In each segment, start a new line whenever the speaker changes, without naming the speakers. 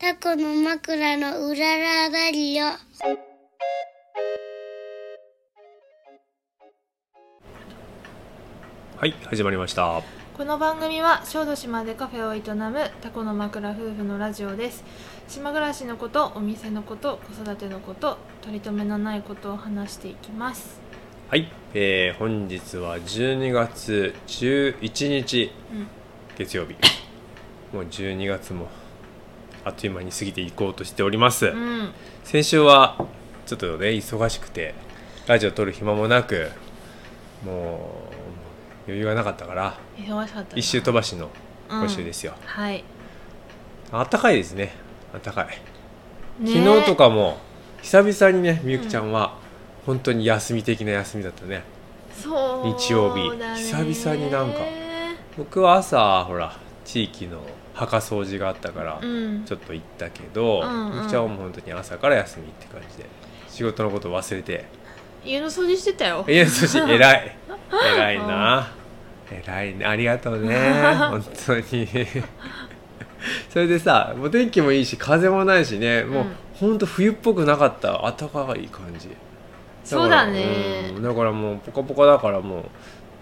過去の枕のうららだりよ。
はい始まりました
この番組は小豆島でカフェを営むタコの枕夫婦のラジオです島暮らしのことお店のこと子育てのこと取り留めのないことを話していきます
はい、えー、本日は12月11日
うん
月曜日もう12月もあっという間に過ぎていこうとしております、
うん
先週はちょっとね忙しくてラジオ撮る暇もなくもう余裕がなかったから
忙しかったな
一周飛ばしの
うん
今週ですよ、
はい
あったかいですねあったかい
ねえ
昨日とかも久々にねみゆきちゃんは本当に休み的な休みだったね
そう
日曜日
だね
久々になんか僕は朝ほら地域の墓掃除があったから
うん
ちょっと行ったけど、
うんうん
みゆきちゃんはもう本当に朝から休みって感じで仕事のことを忘れて
家の掃除してたよ
いやそして偉い偉いな偉いねありがとう ね本当にそれでさお天気もいいし風もないしねもう、
うん
ほんと冬っぽくなかった暖かい感じ
そうだ
う
ね
んだからもうポカポカだからも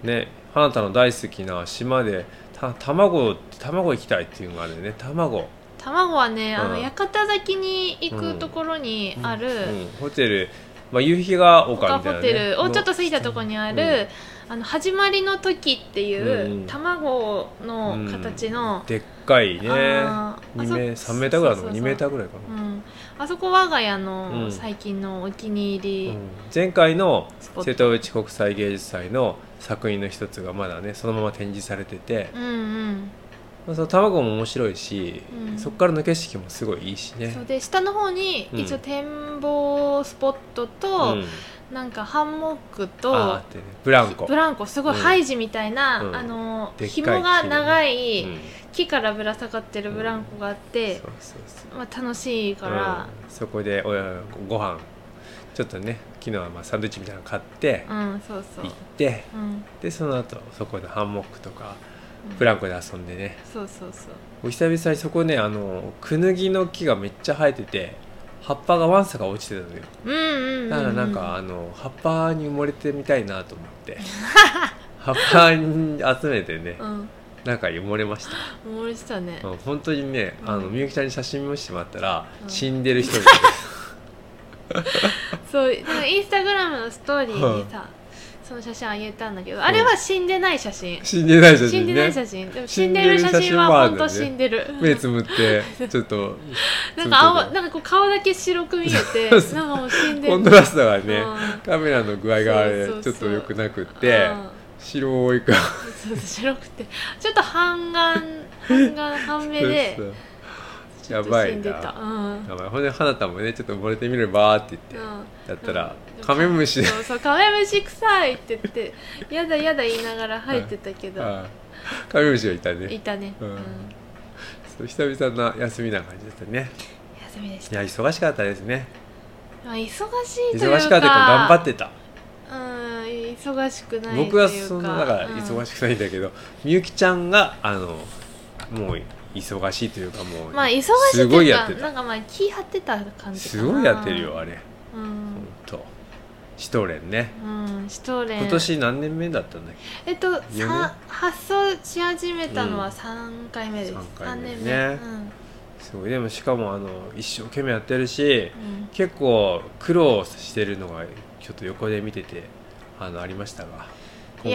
うね花田の大好きな島でた卵卵行きたいっていうのがあるよね卵
卵はねあ
う
の
ん
屋形崎に行くところにある、
うんホテル、まあ、夕日が丘
他
みたい
ホ
な、ね、
テルをちょっと過ぎたところにある、あの始まりの時っていう、
うん
卵の形の、
でっかいね
あー
2メ
あそ
3メーターぐらいか
そうそう
な
そ
2
う
メーターぐらいか
う
な、
ん、あそこ我が家の、
うん
最近のお気に入り、
うん前回の
スポット
瀬戸内国際芸術祭の作品の一つがまだねそのまま展示されてて、
うんうん
まあその卵も面白いし、
うん
そこからの景色もすごいいいしね
そうで下の方に
うん
一応展望スポット
う
と、
ん
なんかハンモック
あー
と
ってねブランコ
ブランコすごい
うん
ハイジみたいな、
うん
あの
でっかい
紐が長
う
い、
ん
木からぶら下がってるブランコがあって
そ、うそうそう
まあ、楽しいから、
うんそこでおやご飯ちょっとね昨日はまあサンドイッチみたいなの買って
うん、そうそう
行って
うん
でその後そこのハンモックとかブランコで遊んでね
そうそうそう
お久々にそこねあのクヌギの木がめっちゃ生えてて葉っぱがわんさか落ちてたのよ
うんうんうん、うん、
だからなんかあの葉っぱに埋もれてみたいなと思って葉っぱに集めてね
うん
中に埋もれました
思い出したね
うん本当にね、あの
うん
みゆきちゃんに写真見せてもらったら、
うん
死んでる人がい
そうでもインスタグラムのストーリーにさその写真あげたんだけどあれは死んでない写真
る 死んでない写
死
真
んで
ね
ない写真でも死んでる写真は
死んでる写
本
真はあるんだ
当
ね
死んでる
目つむってちょっと
なんか青
つぶって
なんかこう顔だけ白く見えて
そうそう
なんかもう死んで
コン
る
トラストがね、
う
カメラの具合があれ
そう
ち
そ
ょ
う
っ
そ
と
う
良くなくって
ん
白いか
そうそう白くてちょっと半眼半眼半目で
そうそ
ちょ
う
っ
や
と
ばい
死んでた
な
うん
やばいほんで花田もねちょっと溺れてみればって言って、
うん
だったら、
うん
カメムシ
そうそうカメムシ臭いって言って「やだやだ」言いながら入ってたけ ど、
ああカメムシがいたね
いたね、
うん
うん
そう久々な休みな感じだったね
休みでし
い
た、
や忙しかったですね
まあ、忙しいというか
忙しかったけど頑張ってた
うん忙しくないというか
僕はそんなだから忙
い、
しくないんだけど、みゆきちゃんがあのもう忙しいというかも
う
うん
まあ忙しい
す
と
ごい
いう
や
か
って
な
た
んかまあ気張ってた感じかな
すごいやってるよあれ
う
ほん
ん、
とシュトーレンね
うん、シュトーレン
今年何年目だったんだっけ
えっと
四年
さ発送し始めたの
う
は
ん
3回目です、
三
3
回目ね
年目、うん
すごいでもしかもあの一生懸命やってるし
うん、
結構苦労してるのがちょっと横で見ててあのありましたが今回
い
は、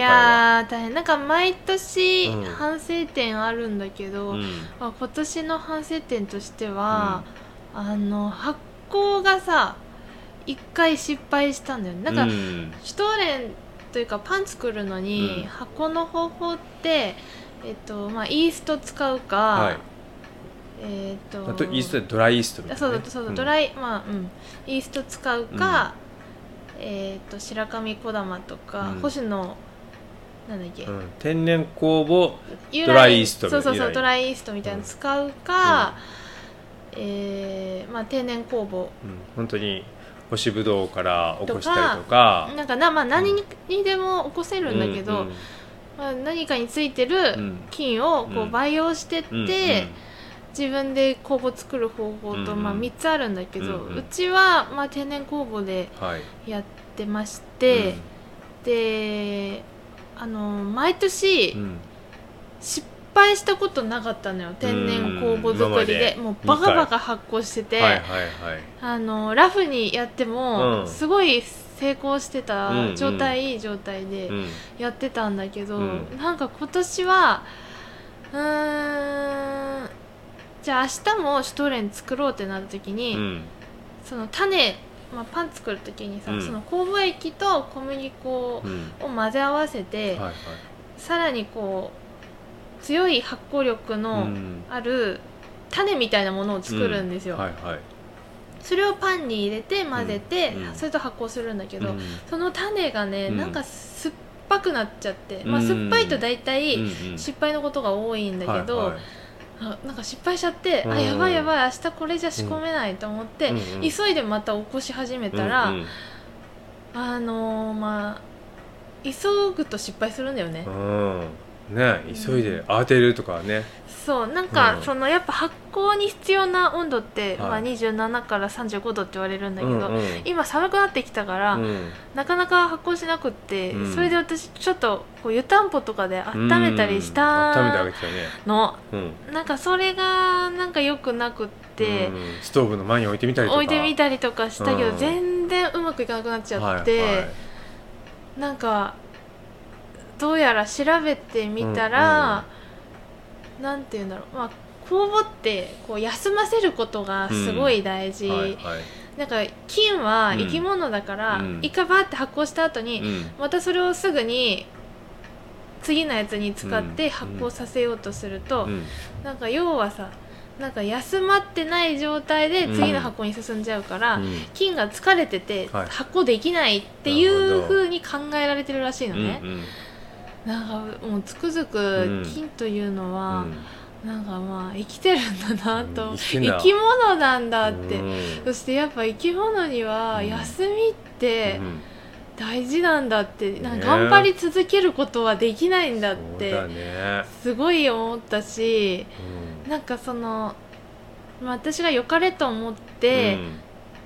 やー大変なんか毎年
うん
反省点あるんだけど、
うん、
まあ、今年の反省点としては、あの発行がさ一回失敗したんだよねなんか、
うん
シュトーレンというかパン作るのに、
うん
箱の方法ってえっとまあイースト使うか、
はい
えっと
あとイーストでドライイーストみたい
あ
な、ね、
そうだそうだ、ド
イ
ライまあうんイースト使うか、えっと白神小玉とか、
うん
星野なんだっけ、
うん、天然酵母
由来
ドライイーストみた
そ
いうな
そう
由
そう
来
ドライイーストみたいなの使うか、えーまあ、天然酵母
うん、本当に干しぶどうから起こしたりとか
なんかな、まあ、何ににでも起こせるんだけ
う
ど、
ん
まあ、何かについて
うんう
る
ん
菌をこ
う
うん培養してって、
うんうん
自分で工房作る方法と、
うん
まあ、3つあるんだけど、
う
うん
うん
ちは、まあ、天然工房で
はい
やってまして、であの毎年、
うんうん
失敗したことなかったのよ天然酵母作りで
うん
もうバカバカ発酵してて、
はいはいはい
あのラフにやっても、
うん
すごい成功して
うんう
た
ん
状態、いい状態で
うん
やってたんだけど、
うん
なんか今年はうーんじゃあ明日もシュトーレン作ろうってなった時に、
うん
その種、まあ、パン作る時にさ、
うん
その酵母液と小麦粉
うん
を混ぜ合わせて、
はいはい
さらにこう強い発酵力
う
の、
ん
ある種みたいなものを作るんですよ、
はいはい
それをパンに入れて混ぜて、
うんうん
それと発酵するんだけ
け
ど、その種がね、
うん
なんか酸っぱくなっちゃって、まあ、
うん
酸っぱいと大体
失
失敗のことが多いんだけど、あなんか失敗しちゃって、
うん
あやばいやばい明日これじゃ仕込めないと思って、急いでまた起こし始めたら、あのーまあ急ぐと失敗するんだよね、
ね急いで当てるとかね
そうなんか、
うん
そのやっぱ発酵に必要な温度っ
はい
て、まあ、27から35度って言われるんだけど、
うんうん
今寒くなってきたから、
うん
なかなか発酵しなくって、
うん
それで私ちょっとこう湯たんぽとかで温めたりし
うん温めてあげ
た
てたね
の、
うん
なんかそれがなんか良くなくって、
うんストーブの前に置いてみたりとか
置いてみたりとかしたけ
う
ど、
ん
全然うまくいかなくなっちゃっ
はいは
て
い、
なんかどうやら調べてみたら、なんて言うんだろうまあ酵母ってこう休ませることがすごい大事、
はいはい
なんか菌は
うん
生き物だから、
うん
一回バーって発酵した後に、
うん
またそれをすぐに次のやつに使って発酵させようとすると、
うん
なんか要はさなんか休まってない状態で次の発酵に進んじゃうから、
うん
菌が疲れてて
はい
発酵できないっていう
なるほど
風に考えられてるらしいのね、
うんうん
なんかもうつくづ
うん
く菌というのは、なんかまあ生きてるんだなと、
うん生きて
生
んだ
き物なんだって、
うん
そしてやっぱ生き物には
うん
休みって
うん
大事なんだって、なんか
ね
頑張り続けることはできないんだっ
そう
て、
だね
すごい思ったし
うん
なんかその、まあ、私が良かれと思って、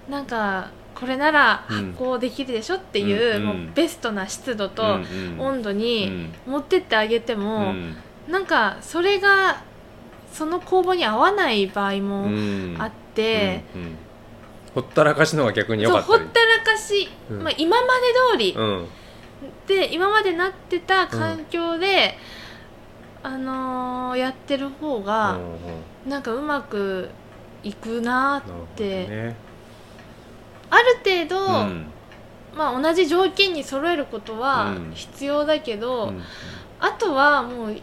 なんかこれなら発酵できるでしょっていう,、
うん
も
うん
うベストな湿度
うん
と
うん
温度に、
うん
持ってってあげて
う
も、
ん
なんかそれがその工房に合わない場合
う
も
ん
あって、
うんうんほったらかしのが逆に良
そ
か
う
った
ほっ
り
たらかし、
うん
まあ、今まで通り、
うん
で今までなってた環境で、あのーやってる方
う
が
んうん
なんかうまくいく
な
な
るほ
っ
ど
て、
ね
ある程度、
うん
まあ、同じ条件に揃えることは
うん
必要だけど、
うん
あとはもう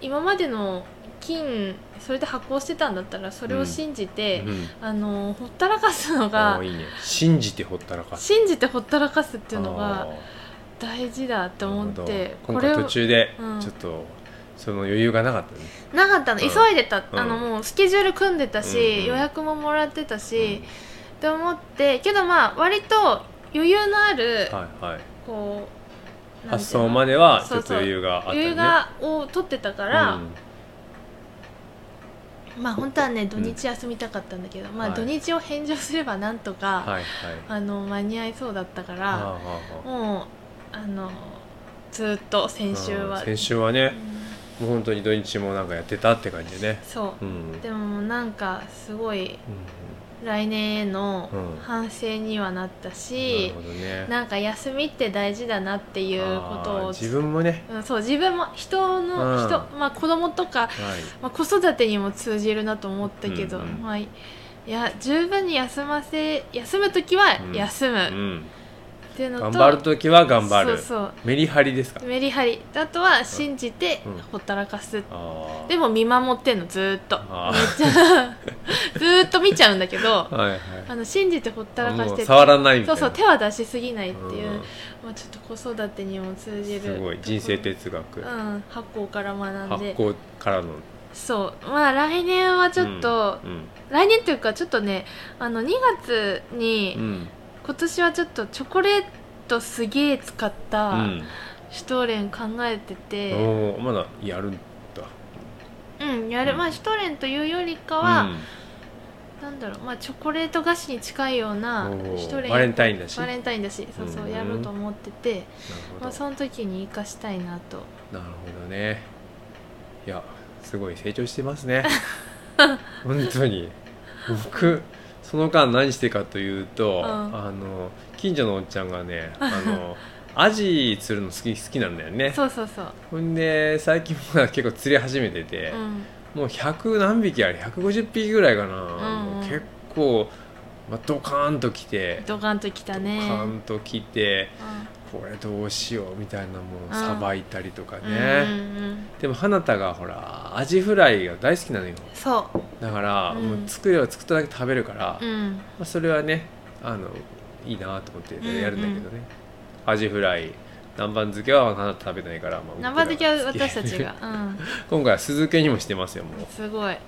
今までの金それで発行してたんだったらそれを信じて、
うん
あのほったらかすの
あ
が
ーいいね信じてほったらかす
信じてほったらかすっていうの
あ
が
ー
大事だって思っ
な
て
るほど今
れ
回
を
途中で
うん
ちょっとその余裕がなかったね
なかったの
うん
急いでた、
うん
あのもうスケジュール組んでたし、
うんうん
予約ももらってたし、って思ってけどまあ割と余裕のある、
うんはいはい
こうなんていうの
発想まではち
そ
ょ
う
っ
そ
と
う
余裕があったよね
余裕がを取ってたから、
うん
まあ本当はね土日休みたかったんだけど、まあ
はい
土日を返上すればなんとか、
はいはい
あの間に合いそうだったか
あー
ら
はーは
もうあのずっと先
ー
週は、
うん先週はね
うん
もう本当に土日もなんかやってたって感じでね
そうう、
ん
でもなんかすごい
うん
来年への
うん
反省にはなった
なる
し
ほ、どね
なんか休みって大事だなっていうこ
あー
とを
自分もね
うん、そう自分も人の、
うん
人まあ子供と
は
か
い
まあ、子育てにも通じるなと思ったけど、
うんうん
まあ、いや十分に休ませ休む時は休む
うん
っていうのと、
頑張る時は頑張る
そう
メリハリですか
そうメリハリあとは信じて
うん
ほったらかす、
あー
でも見守ってんのずーっと
あ
めっちゃ ずーっと見ちゃうんだけど
はいはい
あの信じてほったらかし
もう
て
触らないみた
そ
いうな
そう手は出しすぎないっていう、
うん
まあ、ちょっと子育てにも通じる
すごい人生哲学
うん発酵から学ん
発
で
酵からの
そうまあ来年はちょっと、
うん
来年というかちょっとねあの2月に、
うん
今年はちょっとチョコレートすげえ使っ
う
た
ん
シュトーレン考えてて、
おーまだやるんだ
うんやるまあシュトレンというよりかは、なんだろうまあチョコレート菓子に近いような
おー
シュトレン
バレンタインだし
バレンタインだしそうそう、
うん
やろうと思ってて、
な
ま
る
あ、
ほ
その時に生かしたいなと
どなるほどねいやすごい成長してます ね本当に僕その間何してかというと、
ん
あの近所のおっちゃんがねあ のアジ釣るの好き好きなんだよね
そうそうそう、
ほんで最近も結構釣り始めてて、
うん、
もう100何匹あれ150匹ぐらいかな、
うん
もう結構、まあ、ドカーンと来て
ドカンときた
ド
ね
カーンと来て
う
これどうしようみたいなも
ん
うさばいたりとかね、
んうんうんうん、
でも花田がほらアジフライが大好きなのよ
そ
だから、
うん
もう作れば作っただけ食べるから、
う、う
ま
ん、
あ、それはねあのいいなと思って
うんうん
やるんだけどね、アジフライ南蛮漬けは花田食べないから、まあ
生的は私たちが、
今回は酢漬けにもしてますよも
うん、
う、
すごい
はい、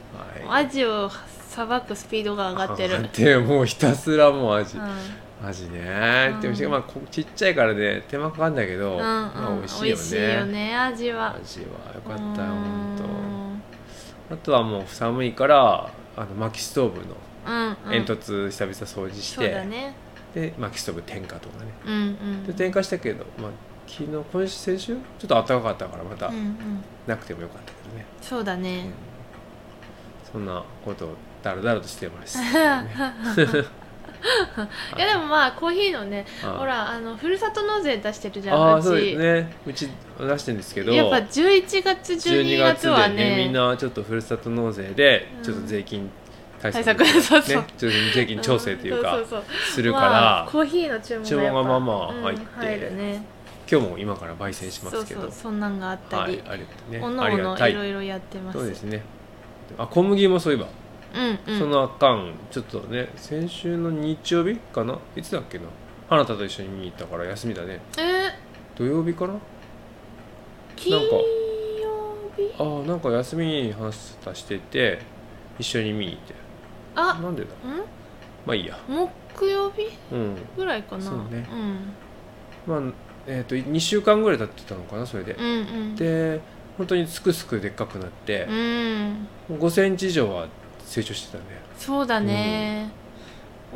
アジをさばくスピードが上がってる、
上がってるもうひたすらもうアジ、
うん
アジね、
うん
でもしかもまあこちっちゃいからね手間かかんだけど、
うんうん
まあ、美味しい
美
よ
味
ね
しいよね味は
アジはよかったよ本
ん
当あとはもう寒いからあの薪ストーブの
うんうん
煙突久々掃除し
そう
て、
だね
で薪ストーブ点火とかね
うんうん
で点火したけど、まあ、昨日今週先週ちょっと暖かかったからまた
うんうん
なくてもよかったけどね、
そうだ
う
ね
ん、そんなことをだらだらとして ました、ね
いやでもまあコーヒーのね
あ
ほらあのふるさと納税出してるじゃん
ああ
う
そうで
ち
すねうち出してるんですけど
やっぱ11月12月
12
は
月で
ね
みんなちょっとふるさと納税で
うん
ちょっと税金対
対
策,、
策そうそう
ねちょっと税金調整というか
んそうそうそう
するから、
まあコーヒーの注文やっぱ
注文がまあまあ入って
うん入るね
今日も今から焙煎しますけど
そうそうそんなんがあった
はい
り、
ありね
おの
あ
お
り
の
が
い
たい
ろいろやってます
そうですねあ小麦もそういえば、
うんうん
そのあかんちょっとね先週の日曜日かないつだっけな花田と一緒に見に行ったから休みだね
えー、
土曜日かな
金曜日
ああなんか休みに話してて一緒に見に行って
あ
なんでだ
ん
まあいいや
木曜日
うん
ぐらいかな
そうね
ん、
まあえー、と2週間ぐらい経ってたのかなそれで
う、んうん
で本当にすくすくでっかくなって
う、ん
5センチ以上は成長してたね
そうだね、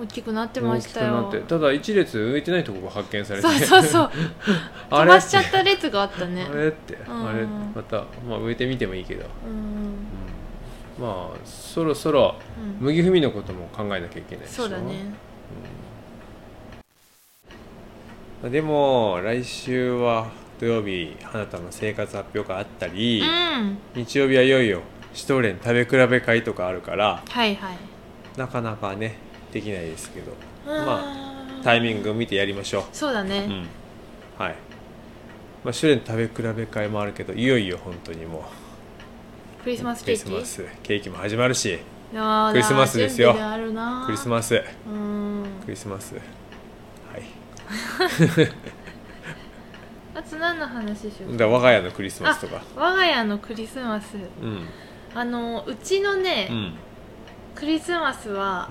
大きくなってました
大
よ
きくなってただ一列浮いてないとこが発見されて
そうそうそう
あ
飛
れ
ばしちゃった列があったね
あれって、
ん
あれまた、まあ、植えてみてもいいけど、
うん
うんまあそろそろ
うん
麦踏みのことも考えなきゃいけないでしょ
そうだね
まあでも来週は土曜日あなたの生活発表があったり、
うん
日曜日はいよいよシュトーレン食べ比べ会とかあるから
はいはい
なかなかねできないですけど
ま
タイミングを見てやりましょ
そうだ
う、
ね、
はい、まあ、シュトーレン食べ比べ会もあるけどいよいよ本当にも
クリスマ
う
ス
ク
ケ
リ
ー
ス
キ
マスケーキも始まるし
あー
クリスマスですよ
準備があるな
クリスマス
うん
クリスマスはい
あと何の話しよう
だから我が家のクリスマスとか
我が家のクリスマス
うん
あのうちのね、
うん
クリスマスは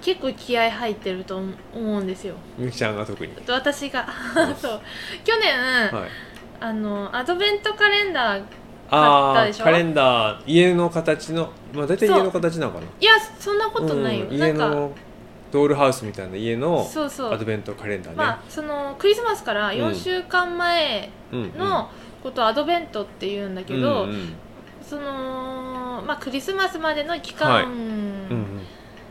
結構気合入ってると思思うんですよ
うんみきちゃんが特に
私が そう去年、
はい
あのアドベントカレンダー買った
あ
でし
ー
ょ
カレンダー家の形のまあ大体
そう
家の形なのかない
やそんなことないよ、
うん
な
家
んか
のドールハウスみたいな家の
そうそ
アド
う
ベントカレンダーね、
まあそのクリスマスから4週間前
うんうん
のことをアドベントって言うんだけど、
うんうん
そのまあクリスマスまでの期
はい
間、
うん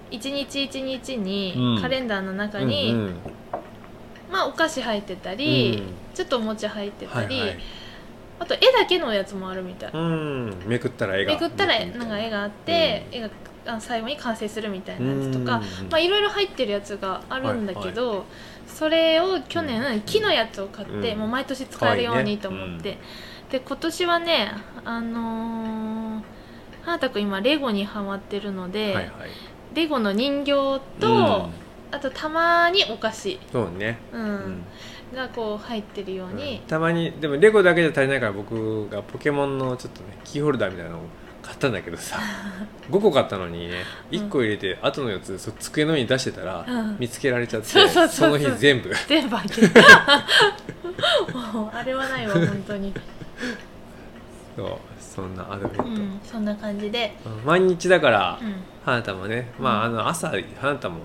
一日一日
う
に
ん
カレンダーの中
うん
に、
うんうん
まあお菓子入ってたり、
う
ちょっとおもちゃ入って
んは
た
い
り、
はい
あと絵だけのやつもあるみたい、
うんめくったら絵が
めくったらなんか絵があって、絵があ最後に完成するみたいなやつとか、
うん
まあいろいろ入ってるやつがあるんだけど、それを去年木のやつを買って、
うん
もう毎年使えるようにと思っ
可愛
て、で今年はねあのー、はなたくん今レゴにハマってるので、
はいはい
レゴの人形と、
うん
あとたまにお菓子、
そうね、
うんがこう入ってるように、
たまにでもレゴだけじゃ足りないから僕がポケモンのちょっとねキーホルダーみたいなのを買ったんだけど さ5個買ったのにね1個入れて後のやつそう机の上に出してたら、
うん
見つけられちゃって
そうそうそ
の
うそう
日全部
全部開け たもうあれはないわ本当に
そうそんなアドベント、
うん、そんな感じで、
毎日だから、
うん、
花田もねまああの朝花田も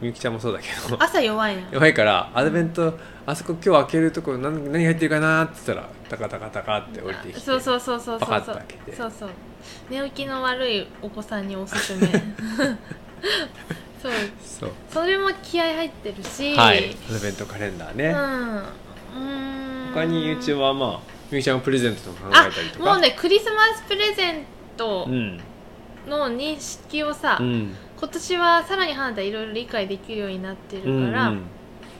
みゆきちゃんもそうだけど
朝弱いのよ
弱いからアドベントあそこ今日開けるとこ何何入ってるかなって言ったらタカタカタカって降りてきて
そうそうそうそうそう
パカッと
そう
開けて
そうそう寝起きの悪いお子さんにおすす めそう
そう
それも気合入ってるし、
はいアドベントカレンダー
う
ね、
んうーん
他に YouTube はまあみゆきちゃんがプレゼントとか考えたりと
あ
か
もうねクリスマスプレゼント
うん
の認識をさ、
うん
今年はさらに花田いろいろ理解できるようになってる
うんう
から、
ん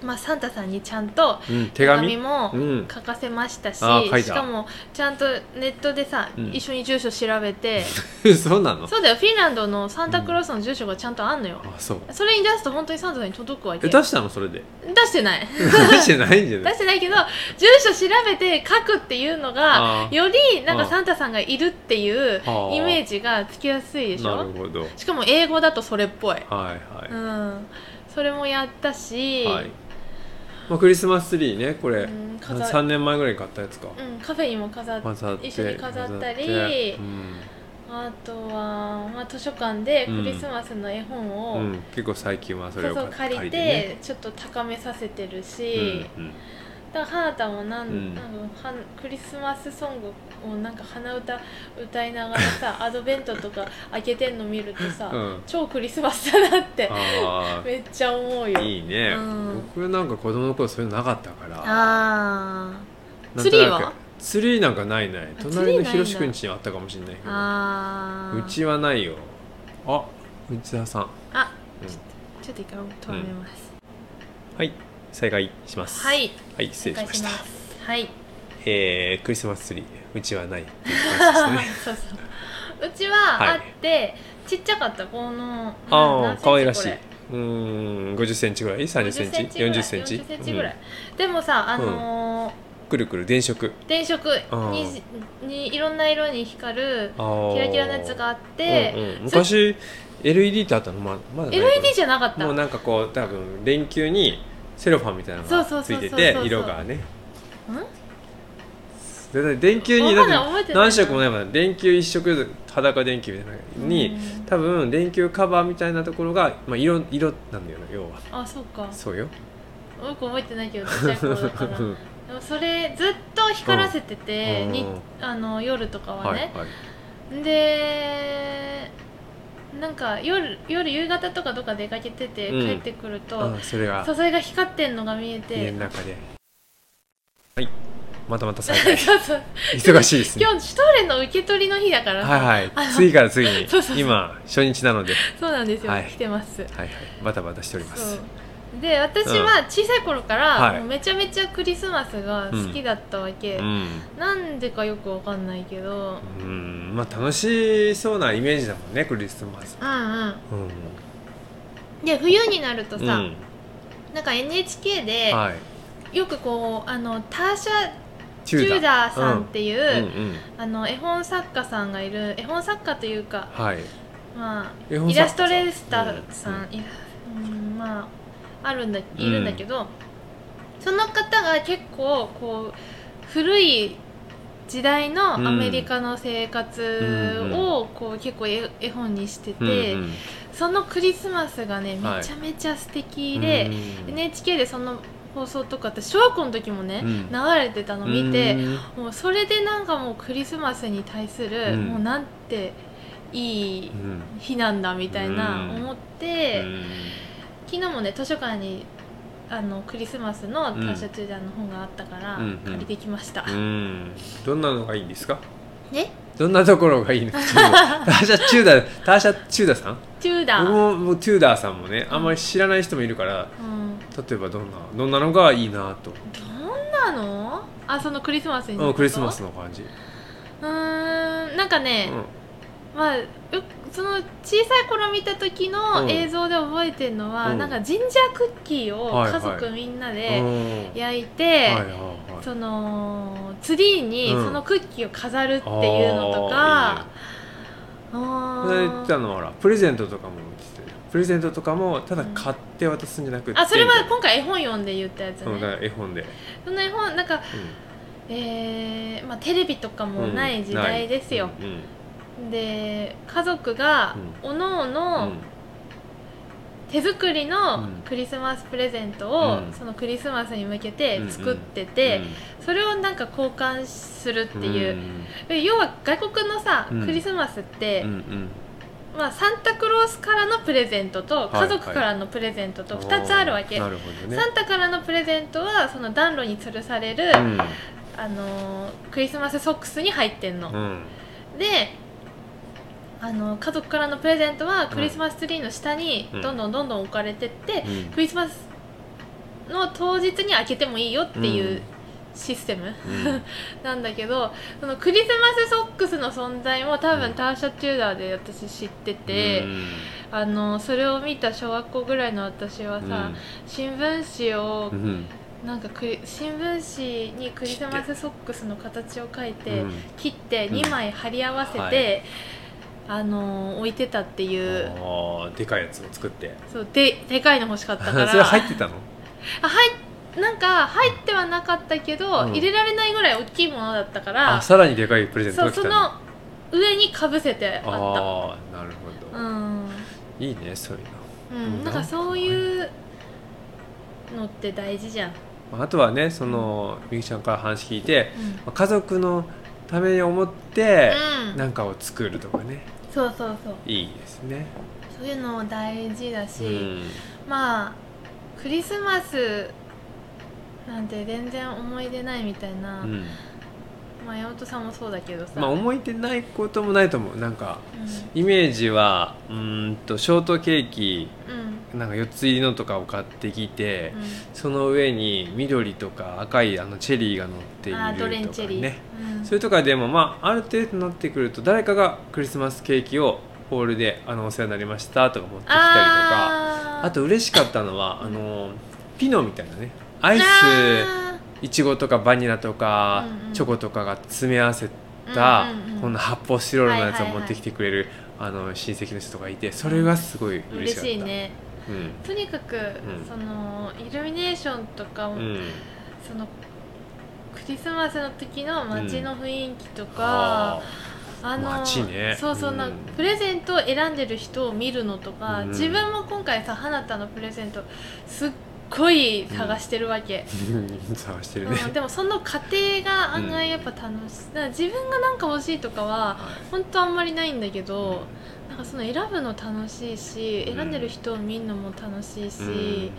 まあ、サンタさんにちゃんと
うん手紙
も
うん
書かせましたし、
あー書いた
しかもちゃんとネットでさ、
うん
一緒に住所調べて
そうなの
そうだよフィンランドのサンタクロースの住所がちゃんとあんのよ、
あそう
それに出すと本当にサンタさんに届くわけ
え
出
出したのそれで
してない
出してないんじゃ
出
ない
してないけど住所調べて書くっていうのが
あー
よりなんか
あー
サンタさんがいるっていう
あー
イメージがつきやすいでし
な
ょ
るほどはい
しかも英語だとそれっぽい、
はい、
うんそれもやったし、
はい、まあ、クリスマスツリーねこれ
うん飾
3年前ぐらいに買ったやつか、
うん、カフェにも飾って
飾って
一緒に飾ったり
飾ってうん
あとは、まあ、図書館でクリスマスの絵本を、
うん結構最近はそれ
そう
を
そ
買っ
う
て
借りて
ね
ちょっと高めさせてる
う
し、
んうん
だから花田もなん、
うん
なんかはクリスマスソングをなんか鼻歌歌いなが らさアドベントとか開けてんの見るとさ、
うん
超クリスマスだなって
あ
めっちゃ思うよ
あいいね、
うん
僕なんか子供の頃そういうのなかったから
あー
なんとなく
ツリーは
ツリーなんかないない
あツリ
隣
ーないん
の
だ
広志くんちにあったかもしれないけど
あー
うちはないよあ内田さん
あ、
うん
ちょっと一回止めます、
はい再開します
はい
はい失礼しました
お願いますはい
えー、クリスマスツリーうちはないっていう話ですね
そうそううちは
は
あ
い
って、ちっちゃかったこの
ああ可愛らしい
い
うん 50cm ぐらい
3
30cm40cm センチ
40
40
セ
セ
ン
ンチ
チぐらい40センチぐらい、でもさあ
う
のー
んくるくる電飾
電飾ににいろんな色に光る
キ
キラキラのやつがあっ
うん
て、
うん、昔 LED ってあったのままだない
LED じゃなかった
もうなんかこう多分電球にセロファンみたいなの
そう
が
そう
つ
そう
い
そう
てて
そうそう
色がね
ん
だって電球に
わ
だ
かんない覚
っ
え
てて
ない
何色もないもんね電球一色裸電球みたいなのに
うん
多分電球カバーみたいなところが、まあ、色色なんだよね要は
あそうか
そうよ
よく覚えてないけどちっちゃい頃だから
うん
でもそれずっと光らせてて、
うん
に
うん
あの夜とかは
はい
ね、
はい
でなんか夜夜夕方とかどっか出かけてて
うん
帰ってくると、
あそれが
そうそれが光ってんのが見え
家
て
の中ではいまたまた再開
そうそう
忙しいですね
今日シュトーレンの受け取りの日だから、
はい
あ
はい
の
次から次に
そうそうそう
今初日なので
そうなんですよ、
はい
来てます
はいはいバタバタしておりま
そ
す
うで私は小さい頃から、
はい
もうめちゃめちゃクリスマスが好きだったわけ、
うん
なんでかよくわかんないけど
うんまあ楽しそうなイメージだもんねクリスマス
うんうん
うん
で冬になるとさ、
うん
なんか NHK で、
はい
よくこうあのターシャ・
チ
チューダーさんっ
う
ていう、
んうんうん
あの絵本作家さんがいる絵本作家というか、
はい
ま
絵
あ、
本
イ
作
ラ
家
ス
さ
ト
ん
レーターさん、イラうんまああるんだいるんだけど、その方が結構こう古い時代のアメリカの生活をこう結構絵絵本にして
うん
て、
うん
そのクリスマスがね
はい
めちゃめちゃ素敵で、
うん
NHK でその放送とかって小学校の時もね、
うん
流れてたの見て、
うん
もうそれでなんかもうクリスマスに対する、
うん
もうなんてい
う
い
ん
日なんだみたいな
うん
思って、
うん
昨日もね図書館にあのクリスマスの
うん
ターシャ・チューダーの本があったから、
うんうん
借りてきました、
うんどんなのがいいんですか
ね
どんなところが いいのターシャ・チューダーターシャ・チューダーさん
チューダ
僕
ー、
ももうチューダーさんもねあんまり知らない人もいるから
うん、
例えばどんなどんなのがいいなと、
どんなのあそのクリスマスに
うん、クリスマス
う
の感じ、
ーんなんかね、
う
まあうその小さい頃見た時
う
の
ん
映像で覚えてるのは、
うん
なんかジンジャークッキーを
はいは
家
い
族みんなで、
んうん
焼い
はい
て、
はいはい
そのツリーに
うん
そのクッキーを飾るっていうのとか、あ
あーいいねこの間言ってたのはほらプレゼントとかも言ってたよプレゼントとかもただ買って渡すんじゃなくて、
あそれは今回絵本読んで言ったやつね、
うんだから絵本で、
その絵本なんか
う
えーまあ、テレビとかもない時代ですよ、
うんうん
で家族がおのおの手作り
う
の
ん
クリスマスプレゼントを、
うん
そのクリスマスに向けて作ってて、それをなんか交換するっていう、で要は外国のさ、
うん
クリスマスって、
うんうん
まあ、サンタクロースからのプレゼントと
いはい
家族からのプレゼントと2つあるわけ、
ーなるほどね
サンタからのプレゼントはその暖炉に吊るされる、あのークリスマスソックスに入ってんの、
うんうん
であの家族からのプレゼントはクリスマスツリーの下に
うん
どんどんどんどん置かれてって、
うん
クリスマスの当日に開けてもいいよっていうシステム、
うん
なんだけどそのクリスマスソックスの存在も多
う
分
ん
ターシャ・チューダーで私知ってて、あのそれを見た小学校ぐらいの私は
うん
さ、新聞紙を
うんうん
なんかクリ新聞紙にクリスマスソックスの形を描いて。
うん
切って
うん
2枚貼り合わせて、
は
あのー置いてたっていう
あーでかいやつを作って
そうででかいの欲しかったか ら
それ入ってたの
あはいなんか入ってはなかったけど、
うん
入れられないぐらい大きいものだったから
あさらにでかいプレゼント
そう
が来
そ
た
の上にかぶせてあっ
ああなるほ
た
ど、
うん、
いいねそういうの
うん、なんかそういうのって大事じゃん、
まああとはねそのみゆきちゃんから話聞いて
うん
まあ家族のために思って
うん
何かを作るとかね
そうそうそう
いいですね
そういうのも大事だし、
うん
まあクリスマスなんて全然思い出ないみたいな、
うん
まあ山本さんもそうだけどさ、
まあ思い出ないこともないと思うなんか
う
イメージはうーんとショートケーキ
んうん
なんか4つ入りのとかを買ってきて、
うん
その上に緑とか赤いあのチェリーが乗ってい
あードレ
る
ン
と
チ
か
ェリー、
ね
うん、
それとかでもまあある程度になってくると誰かがクリスマスケーキをホールであのお世話になりましたとか持ってきたりとか
あー
あと嬉しかったのはあのピノみたいなねア
ア
イスいちごとかバニラとか、
うんうん
チョコとかが詰め合わせた、
うんうんうん
こんな発泡スチロールのやつを
はいはい
持
はい
ってきてくれる、あの親戚の人がいてそれがすごい嬉し
嬉
かった
しいね
うん
とにかく、
ん
そのイルミネーションとかも、
うん
そのクリスマスの時の街の雰囲気と
あ
か、あの
街ね
そうそううんなんかプレゼントを選んでる人を見るのとか、
うん
自分も今回さ花たのプレゼントすっごい探してるわけ、
ー 探してるね、
うん、でもその過程が案外やっぱ楽しい、だから自分がなんか欲しいとかは本当あんまりないんだけど、なんかその選ぶの楽しいし
うん
選んでる人を見るのも楽しいし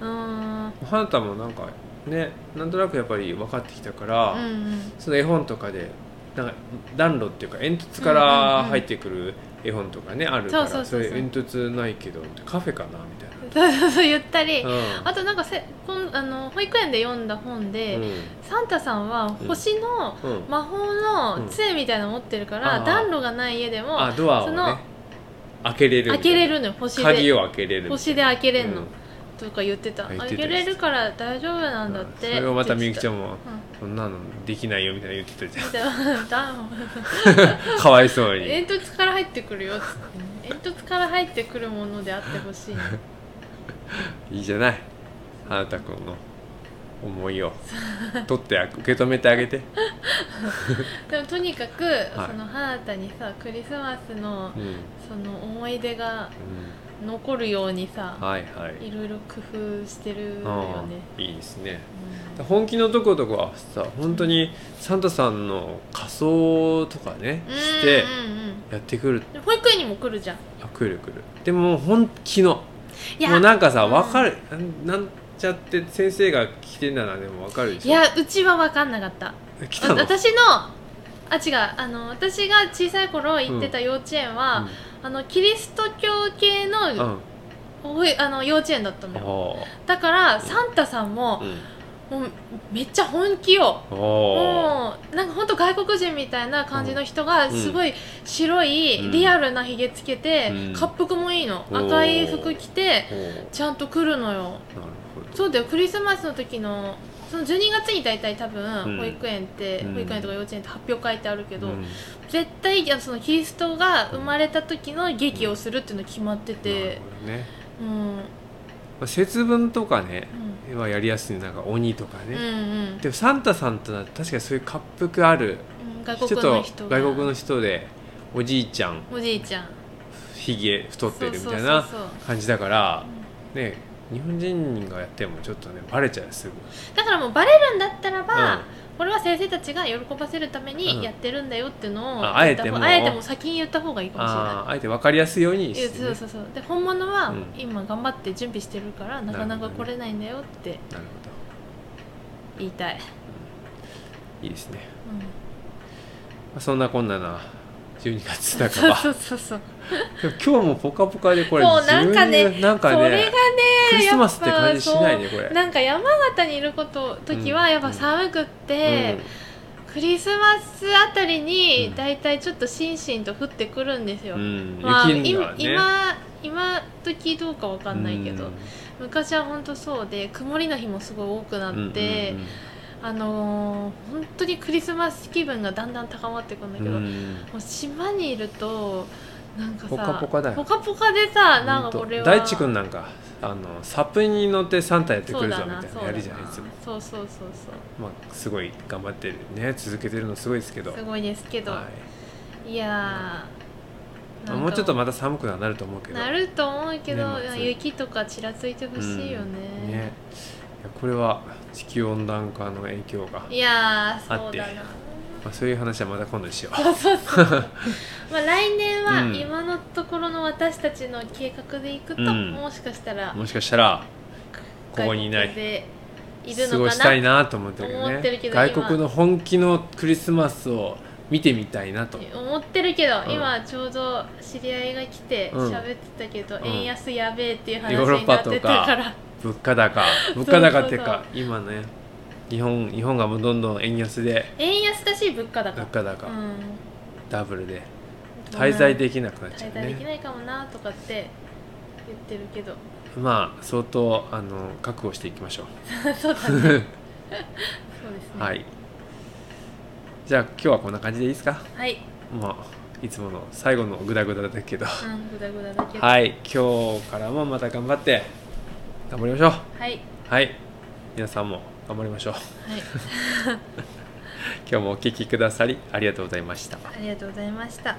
う
うんうん
ん、花田もなんかねなんとなくやっぱり分かってきたから、
うん
その絵本とかでなんか暖炉っていうか煙突から入ってくる絵本とかね、あるから
そうそうそうそう
れ煙突ないけどカフェかなみたいな。
そうそうそう言ったり、
うん
あとなんかせこんあの保育園で読んだ本で、
う
サンタさんは星の
んうん
魔法の杖みたいなの持ってるから、
うんあー
暖炉がない家でも
あドアを
そ
ね
の
開けれるみた
開
い
け
な
れるのよ星
鍵
で
を開けれるみたいな
星で開けれんの、
うん
とか言ってた
あ言ってた
開けれるから大丈夫なんだっ
う
て、
んそれをまたみゆきちゃ
ん
んも「そんなのできないよ」みたいな言ってたじゃ
ダウン
んかわいそうに
煙突から入ってくるよっつって煙突から入ってくるものであって ほしいね
いいじゃない花田君の思いを取って受け止めてあげて
でもとにかく、
はい
その花田にさクリスマスの
うん、
その思い出が残るようにさ、
うん、はいはい
い、ろいろ工夫してるよね、
うんいいですね
うん
本気のとことかはさ本当にサンタさんの仮装とかねして
うんうんうん
やってくる
で保育園にも来るじゃん
あ来る来るでも本気の
いや
もうなんかさ
うん
分かる、なんなんちゃって先生が来てんだなでも分かるでし
い
ょ
やうちは分かんなかった
来たの
私のあ違うあの私が小さい頃行ってた幼稚園は、あのキリスト教
うん、
系
うん
の,、
あ
あの幼稚園だったのよ
ー
だからサンタさんも
う、ん
もうめっちゃ本気よ
おー
もうなんかほんと外国人みたいな感じの人が
ん
すごい白い、
うん
リアルなひげつけて、
うん
恰幅もいいの
おー
赤い服着て
おーなる
ちゃんと来るのよ
ほど
そうだよクリスマスの時のその12月に大体多
うん
分保育園って、
うん
保育園とか幼稚園って発表会ってあるけど、
うん
絶対あのそのキリストが生まれた時の劇をするっていうの決まって
なる
て、
ほどね
うん
あ、節分とかね
う
はやりやすいなんか鬼とかね、
んうん
でもサンタさんとなって確かにそういう滑覆ある
うん外国の人
ちょっと
が
外国の人でおじいちゃん
おじいちゃん
ひげ太ってるみたい
そ
な
うそうそうそう
感じだからね日本人がやってもちょっとねバレちゃうすぐ、
だからもうバレるんだったらば、
うん
これは先生たちが喜ばせるため
うん
にやってるんだよっていうのを、
ああえても
言った方あえても先に言った方がいいかもしれ
あ
な
ーあえて分かりやすいように
いいや
して、ね、
そうそうそうで本物は
うん
今頑張って準備してるから、なかなか来れないんだよって
なるほ
言いたい、
どいいですね、ま
う
あ、そんなこんなな12月
ん、
だか
そう
ら
そうそうそう
でも今日もポカポカでこれ
そうなんかね
12なんか
それが
ね
ね
クリスマスって感じしないねこ
や
れ
っぱそうなんか山形にいること時
う
は
ん
やっぱ寒くって、クリスマスあたりにだいたいちょっとしんしんと降ってくるんですよ、
うん、うん、
まあ、
雪んだね
今今今時どうかわかんないけど、
うん
昔は本当そうで曇りの日もすごい多くなって、
うんうん
あのー本当にクリスマス気分がだんだん高まってくんだけど、
う
も
ん
う島にいるとなんかさ
ポカポカだよ
ポカポカでさなんか
ほん
俺
と
は
大地君なんかあのサップに乗ってサンタやってく
そう
るぞ
だ
み
な
たい
そ
なの
うだ
や
な
るじゃないですか、
そうそうそうそ
まあ、すごい頑張ってるね続けてるのすごいですけど
うすごいですけど、
はい
い、やー
まあ
なんか
もうちょっとまた寒くはなると思うけど
なると思うけど、
ねまあ
雪とかちらついてほしいよ
うんねいやこれは地球温暖化の影響が、ま
いやー
あ
そ
っ
う
て
だな
あ、そういう話はまた今度にしよう
そうそうそう まあ来年は
うん
今のところの私たちの計画でいくと、
うん
もしかしたら
もしかしたらここにいな
外
い
国でいる
過
の
ご
か
した
ない
なと思ってるけど
思ってる
ね
けど今
外国の本気のクリスマスを見てみたいなと
思ってるけど、
うん
今ちょうど知り合いが来て
うん
喋ってたけど、
ん
円安やべえっていう話
ヨーロ
に
ッパ
なっ
と
てた
か
から
物価 高物価高っていう
そう
か今ね日本日本がもうどんどん円安で
円安だし物価高
物価高、
うん、
ダブルで滞在できなくなっちゃ
滞
う
在でき
ね
ないかもなとかって言ってるけど
まあ相当あの覚悟していきましょ
そうだ
う
ねそうですね
はいじゃあ今日はこんな感じでいいですか
はい、
まあいつもの最後のグダグダだけど
うん、ぐだぐだだけど
はい今日からもまた頑張って頑張りましょう
はい
はい皆さんも頑張りましょう
はい
今日もお聞きくださりありがとうございました
ありがとうございました。